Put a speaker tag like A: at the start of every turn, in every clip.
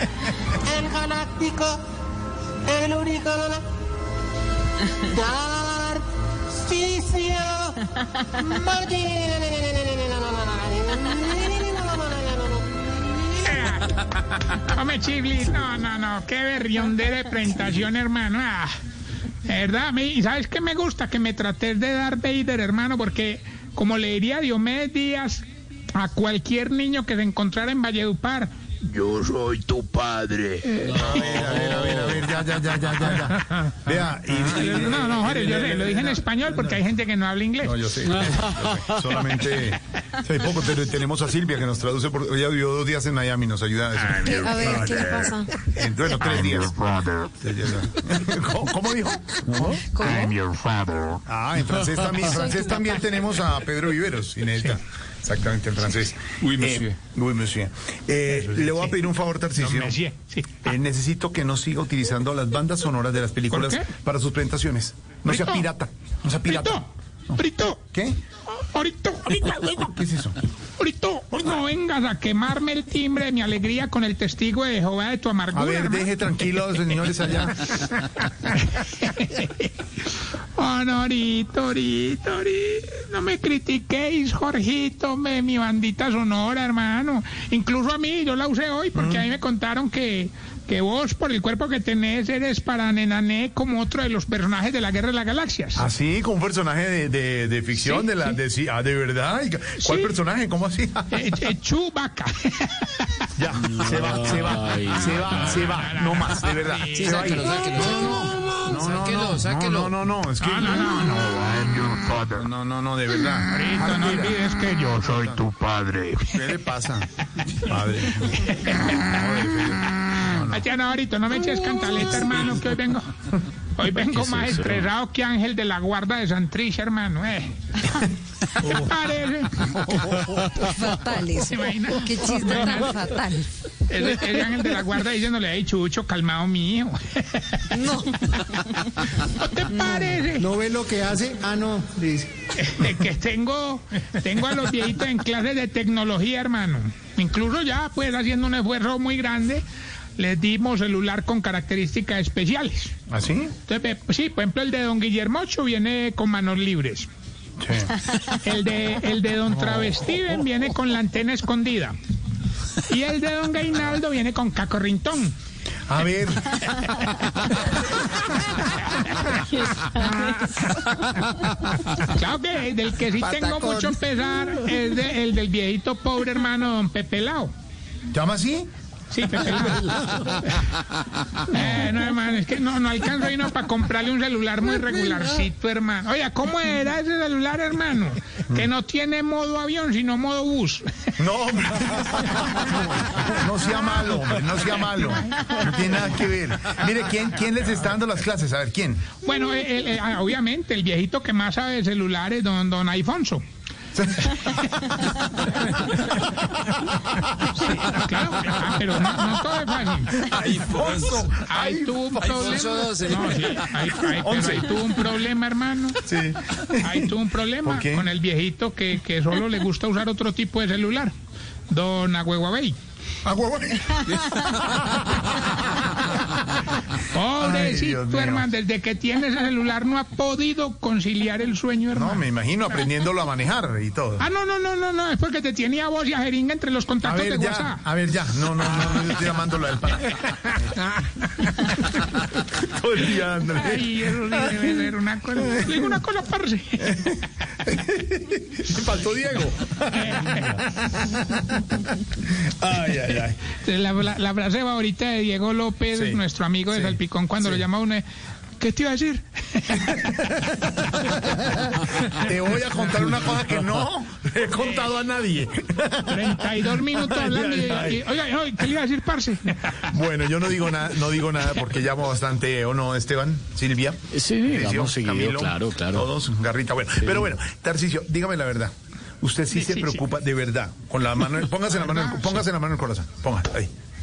A: El galáctico, el único Narciso Martínez.
B: Hombre, Chiblis, no, no, no, qué berriondera de presentación, hermano. Ah, de ¿Verdad? a mí, ¿Y sabes qué me gusta? Que me trates de dar Vader, hermano, porque como le diría Diomedes Díaz a cualquier niño que se encontrara en Valledupar,
C: Yo soy tu padre.
D: Ya, ya, ya, ya, ya, ya. Vea, y, y-
B: no, no, Jorge, yo sé, lo dije en español porque hay gente que no habla inglés.
D: No, yo sé, yo sé, yo sé. Solamente sé poco, pero tenemos a Silvia que nos traduce por. Ella vivió dos días en Miami, nos ayuda a eso.
E: A ver, ¿qué le pasa?
D: En- Bueno, tres días.
C: father.
D: Ya, ya, ya. ¿Cómo, cómo dijo?
C: I'm your father.
D: Ah, en francés también. En francés también tenemos a Pedro Viveros, Inédita. Exactamente, en francés. Oui, monsieur. oui, monsieur. Eh, le voy a pedir un favor, Tarcisio.
B: Monsieur, sí.
D: Eh, necesito que no siga utilizando las bandas sonoras de las películas
B: ¿Por qué?
D: para sus presentaciones. No sea
B: Prito.
D: pirata. No sea pirata.
B: Prito, Prito,
D: ¿Qué?
B: ahorita,
D: ¿Qué es eso?
B: ahorita, no vengas a quemarme el timbre de mi alegría con el testigo de Jehová de tu amargura.
D: A ver,
B: hermano.
D: deje tranquilo a los señores allá.
B: Oh, no, Orito, Orito, Orito. No me critiquéis, Jorgito, me- mi bandita sonora, hermano. Incluso a mí, yo la usé hoy porque a mí me contaron que, que vos, por el cuerpo que tenés, eres para Nenané como otro de los personajes de la Guerra de las Galaxias.
D: Así, con un personaje de, de- de ficción,
B: Sí,
D: de la,
B: sí.
D: de, sí, ah, de verdad. ¿Y ¿Cuál
B: Sí.
D: personaje? ¿Cómo así?
B: Eh, eh, Chewbacca.
D: ya, se va, se va, se va, se va, no más, de verdad.
E: Sí,
D: se va a ir.
E: sáquelo, sáquelo,
D: No, no,
E: sáquelo.
D: no,
E: Sáquelo, sáquelo.
D: No, no, no, no, es que
B: No, no, no,
C: I'm your father.
D: no, no, no, de verdad.
B: Orito, no
D: Artira,
B: olvides que yo soy.
C: Soy tu padre.
D: ¿Qué le pasa? Madre.
B: Ay, ya no, Orito, no me eches cantaleta, hermano, que hoy vengo. Hoy vengo más estresado que Ángel de la Guarda de Santrich, hermano. Eh. ¿Qué parece?
E: Fatales.
B: ¿Se imagina?
E: Qué chiste tan fatal.
B: Ese, ese ángel de la guarda diciéndole, ay, Chucho, calmado mío.
E: No.
B: ¿No te parece?
F: ¿No ve lo que hace? Ah, no, dice.
B: De que tengo, tengo a los viejitos en clases de tecnología, hermano. Incluso ya, pues, haciendo un esfuerzo muy grande, les dimos celular con características especiales.
D: ¿Así?
B: Entonces, ve, sí, por ejemplo, el de don Guillermo Ocho viene con manos libres.
D: Sí.
B: El de, el de don Travestiven viene con la antena escondida. Y el de don Gainaldo viene con cacorrintón.
D: A ver,
B: Claro que del que sí tengo mucho pesar es de- el del viejito pobre hermano don Pepe Lao.
D: ¿llama así?
B: Sí, Pepe Lao. Eh, no, hermano, es que no, no alcanzo ahí no para comprarle un celular muy regularcito, hermano. Oiga, ¿cómo era ese celular, hermano? Que no tiene modo avión, sino modo bus.
D: No, hombre. No sea malo, hombre, no sea malo. No tiene nada que ver. Mire, ¿quién, quién les está dando las clases? A ver, ¿quién?
B: Bueno, el- el- el- obviamente, el viejito que más sabe de celulares, don, don Alfonso. Sí, claro, ah, pero no, no todo es fácil.
D: Alfonso.
B: Ahí tuvo un problema.
E: Alfonso doce.
B: No, sí, ahí, ahí- pero ahí tuvo un problema, hermano.
D: Sí.
B: Ahí tuvo un problema
D: ¿Por qué?
B: con el viejito que, que solo le gusta usar otro tipo de celular. Don Agüeguabey.
D: Ah, huevo.
B: Pobrecito,
D: Ay, Dios mío.
B: hermano, desde que tiene ese celular no ha podido conciliar el sueño, hermano.
D: No, me imagino aprendiéndolo a manejar y todo.
B: Ah, no, no, no, no, no, es porque te tenía voz y a jeringa entre los
D: A
B: contactos de
D: ver, ya,
B: WhatsApp.
D: a ver, ya. No, no, no, no, yo estoy llamándolo al pan.
B: Ah.
D: Todo el día dándole.
B: Ay, eso sí debe ser una cosa. Le digo una cosa, parce.
D: Faltó Diego. Ay, ay, ay.
B: Este, La, la- la frase favorita de Diego López,
D: Sí,
B: nuestro amigo de
D: sí,
B: Salpicón, cuando lo llama uno, es, ¿qué te iba a decir?
D: Te voy a contar una cosa que no. le he contado a nadie.
B: 32 minutos hablando. y-
D: ay,
B: y- Oiga, oiga, ¿qué le iba a decir, parce?
D: Bueno, yo no digo nada, no digo nada porque llamo bastante, ¿o no, Esteban? Silvia.
G: Sí, digamos
D: Tarcisio,
G: seguido, claro, claro.
D: Todos, Garrita, bueno. Pero bueno, Tarcicio, dígame la verdad. Usted sí,
B: Sí,
D: se
B: sí,
D: preocupa de verdad, con la mano, póngase la mano, en el- póngase la mano en el corazón, ponga, ahí.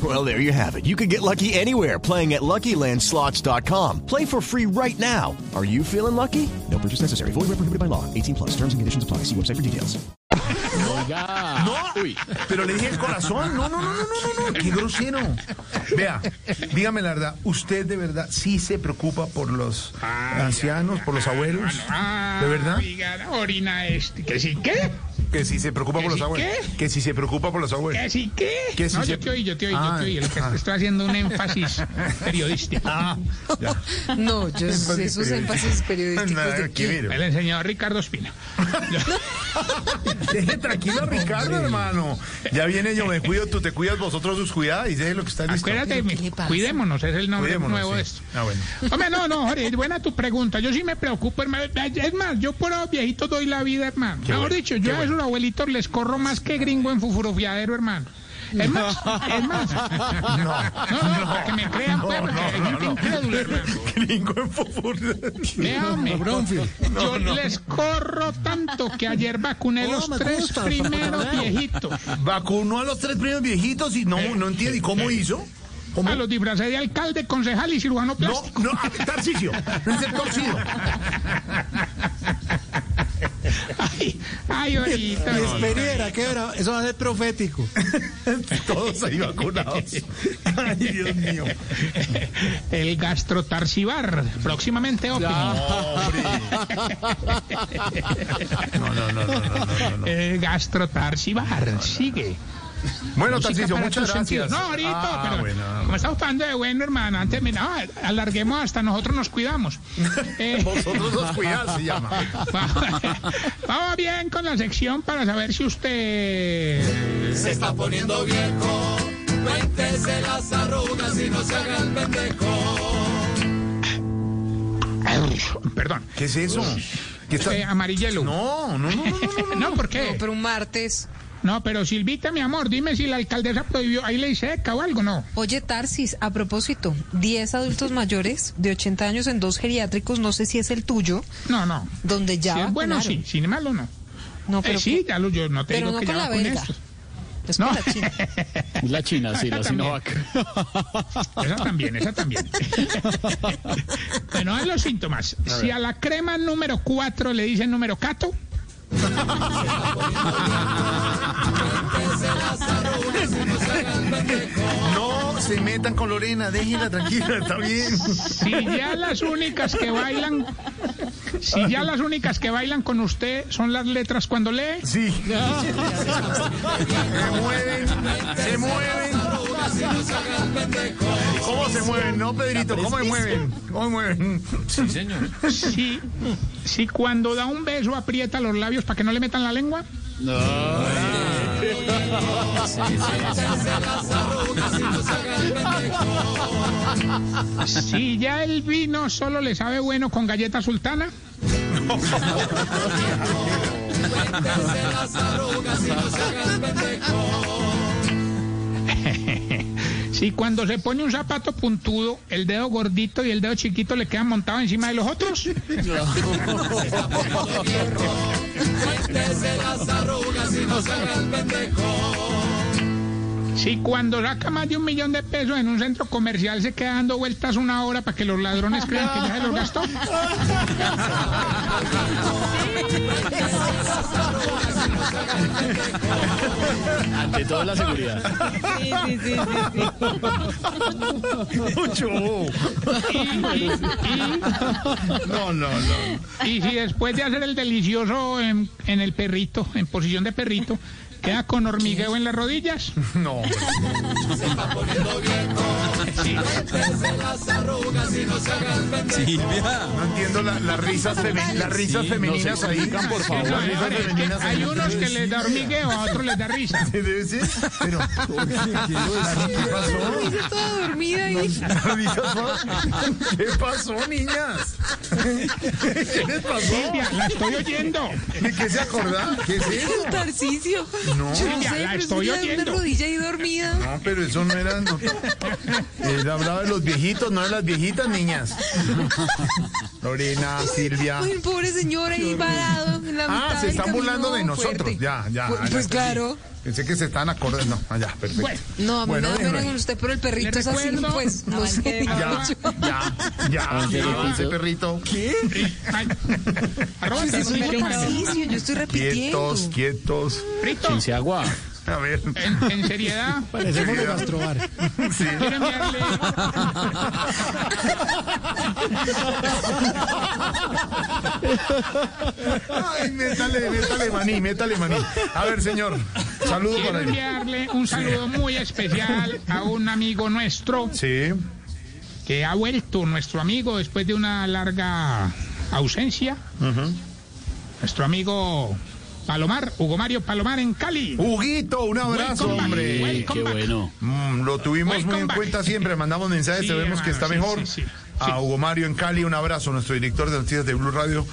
H: Well, there you have it. You can get lucky anywhere playing at LuckyLandSlots.com. Play for free right now. Are you feeling lucky? No purchase necessary. Void where prohibited by law. 18 plus. Terms and conditions apply. See website for details.
G: Oiga.
D: No,
G: Uy.
D: pero le dije el corazón. No, no, no, no, no, no, no, qué grosero. Vea, dígame la verdad, ¿usted de verdad sí se preocupa por los ancianos, por los abuelos?
B: Ah,
D: ¿De verdad?
B: oiga, orina este. ¿Que sí qué?
D: Que sí se preocupa por los
B: sí
D: abuelos.
B: qué?
D: Que sí se preocupa por los
B: ¿Que
D: abuelos.
B: sí qué?
D: Que sí
B: no,
D: se-
B: yo te oí, yo te oí,
D: Ah.
B: yo
D: Ah,
B: te oí. Lo que estoy haciendo un énfasis periodístico.
E: No, yo esos énfasis periodísticos
D: Nada
E: de
D: que
E: quién.
D: ver.
B: El enseñador Ricardo Espina.
D: Deje tranquilo a Ricardo, hermano. Ya viene yo, me cuido, tú te cuidas, vosotros os cuidáis. Deje lo que está listo.
B: Acuérdate,
E: ¿Pero qué le pasa?
B: cuidémonos, es el nombre
D: Cuidémonos,
B: nuevo
D: sí.
B: de esto.
D: Ah, bueno.
B: Hombre, no, no, Jorge, es buena tu pregunta. Yo sí me preocupo, hermano. Es más, yo por los viejitos doy la vida, hermano.
D: Qué
B: Mejor
D: bueno,
B: dicho,
D: qué
B: yo a
D: bueno.
B: esos abuelitos les corro más que gringo en fufurofiadero, hermano. Es más, es más. No, no, para que me crean, pues, porque hay gente incrédula, hermano.
D: Gringo en fútbol.
B: Véame. Yo les corro tanto que ayer vacuné
F: Oh,
B: los
F: me
B: tres
F: gusta,
B: primeros
F: bravo.
B: viejitos.
D: Vacunó a los tres primeros viejitos y no, no entiende. ¿Y cómo hizo? ¿Cómo?
B: A los disfracé de alcalde, concejal y cirujano
D: No,
B: plástico.
D: no, a- Tarcisio, no es el torcido.
B: Ay, ay, ahorita.
F: Espera, que era, eso va a ser profético.
D: Todos ahí vacunados. Ay, Dios mío.
B: El gastrotarsibar, próximamente Open.
D: Hombre. No, no, no, no, no, no, no.
B: El gastrotarsibar, sigue.
D: Bueno,
B: Música
D: Tarcisio,
B: para
D: muchas
B: tus sentidos.
D: gracias.
B: No, ahorita,
D: Ah,
B: pero
D: bueno.
B: como estamos hablando de bueno, hermano, antes, mira, ah, alarguemos hasta nosotros nos cuidamos. Eh,
D: Vosotros os cuidáis, se llama.
B: va- vamos bien con la sección para saber si usted...
A: Se está poniendo viejo. Cuéntese las arrugas y no se haga el pendejo.
B: Ay, Perdón,
D: ¿Qué es eso? ¿Qué está-
B: eh, amarillelo.
D: No, no, no, no, no.
B: No, ¿por
E: No,
B: qué?
E: pero un martes.
B: No, pero Silvita, mi amor, dime si la alcaldesa prohibió, ahí le hice seca o algo, ¿no?
E: Oye, Tarsis, a propósito, 10 adultos mayores de 80 años en dos geriátricos, no sé si es el tuyo,
B: No, no.
E: donde ya
B: Si es bueno,
E: vacunaron.
B: sí, sin malo, no.
E: No,
B: Eh,
E: pero
B: sí, ya lo, yo no te
E: pero
B: digo
E: no
B: que
E: con
B: ya
E: la
B: vacuné
E: belga.
B: estos.
E: es
B: No.
E: con la China.
G: La China, sí, la
B: Esa también.
G: Sinovac.
B: Esa también, esa también. bueno, a los síntomas. si a la crema número 4 le dicen número cato,
D: No se metan con Lorena, déjenla tranquila, está bien.
B: si ya las únicas que bailan, si ya las únicas que bailan con usted son las letras cuando lee,
D: Sí. Se mueven, se mueven. ¿Cómo se mueven? No, Pedrito, ¿cómo se mueven? ¿Cómo se mueven?
B: si, si cuando da un beso aprieta los labios para que no le metan la lengua, si ya el vino solo le sabe bueno con galleta sultana. Si cuando se pone un zapato puntudo, el dedo gordito y el dedo chiquito le quedan montados encima de los otros. Si cuando saca más de un millón de pesos en un centro comercial se queda dando vueltas una hora para que los ladrones crean que ya se los gastó.
G: Ante todo, la seguridad.
E: Sí, sí, sí, sí, sí.
D: Mucho.
B: Y, y-
D: No, no, no.
B: y- y si después de hacer el delicioso en, en el perrito, en posición de perrito, ¿Queda con hormigueo en las rodillas?
D: No.
A: Se va poniendo viejo. Cuéntese las arrugas y no se haga el pendejo.
D: No entiendo la- las risas, femi- las risas
G: Sí,
D: femeninas
G: no se
D: ahí.
G: explican, por favor.
D: Las risas
B: Señores, que
D: femeninas
B: hay
D: ahí.
B: unos que les da hormigueo, a otros les da risa.
D: Sí, debe ser, Pero, ¿qué pasó?
E: Dice toda dormida ahí.
D: Las risas son- ¿Qué pasó, niñas? ¿Qué les pasó?
B: Silvia, la estoy oyendo.
D: ¿De qué se acordaba? ¿Qué es eso?
E: Tarcicio.
D: No.
E: Yo no
B: Ya,
E: sé,
B: la
E: pero
B: estoy
E: estoy una
B: oyendo.
E: rodilla ahí dormida.
D: No, Ah, pero eso no era. no. Él hablaba de los viejitos, no de las viejitas, niñas. Lorena, Silvia.
E: Ay, pobre señora ahí parado en la mitad
D: Ah, se
E: del
D: están
E: camino,
D: burlando de nosotros.
E: fuerte.
D: Ya, ya. ya
E: Pues, pues
D: entendí.
E: claro.
D: Pensé que se estaban acordando. No, allá, perfecto.
B: Bueno,
E: No, a mí
D: Bueno,
E: me da
D: déjenlo
E: pena
D: ahí.
E: con usted, pero el
B: Le
E: perrito es así,
B: recuerdo-
E: pues. No
B: Ay,
E: sé.
B: qué
D: Ya, ya, ya,
G: Ay,
D: ya,
G: perrito.
D: ese perrito.
B: Ay, arroba
E: Pues es un
B: Tarcisio Mano.
E: ejercicio, yo estoy repitiendo.
D: Quietos, quietos.
B: Frito,
G: Sin se agua.
D: A ver.
B: en, en seriedad,
F: Parecemos de gastrobar.
D: Sí.
B: quiero enviarle,
D: Ay, métale, métale maní, métale maní. A ver, señor. Saludo
B: quiero
D: para él.
B: enviarle un saludo muy especial a un amigo nuestro
D: Sí.
B: que ha vuelto, nuestro amigo, después de una larga ausencia. Nuestro amigo Palomar, Hugo Mario Palomar en Cali.
D: Uh, Huguito, un abrazo,
B: Welcome back,
D: hombre.
G: Qué
B: welcome back.
G: bueno.
D: Mm, lo tuvimos muy
B: Welcome
D: en
B: back.
D: cuenta siempre. Mandamos mensajes,
B: Sí,
D: sabemos que
B: hermano, sí,
D: está mejor.
B: sí, sí, sí.
D: A Hugo Mario en Cali, un abrazo. Nuestro director de noticias de Blue Radio,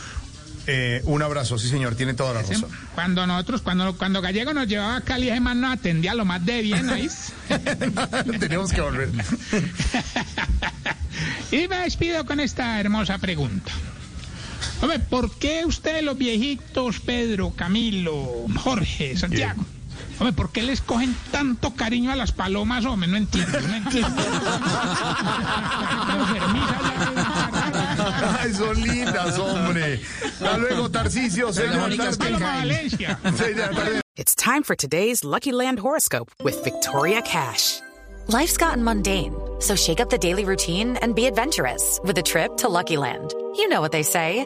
D: eh, un abrazo. Sí, señor, tiene toda la razón.
B: Em, Cuando nosotros, cuando, cuando Gallego nos llevaba a Cali, ese man nos atendía lo más de bien, ahí.
D: Tenemos que volver.
B: y me despido con esta hermosa pregunta. Hombre, ¿por qué ustedes los viejitos, Pedro, Camilo, Jorge, Santiago? Hombre, ¿por qué les cogen tanto cariño a las palomas, hombre? No entiendo, no entiendo. Enfermiza ya.
D: Ay, son lindas, hombre. Hasta luego, Tarcicio. Seis de la
B: Las palomas
D: tarde.
B: Valencia.
D: Seis de la tarde.
I: It's time for today's Lucky Land horoscope with Victoria Cash.
J: Life's gotten mundane, so shake up the daily routine and be adventurous with a trip to Lucky Land. You know what they say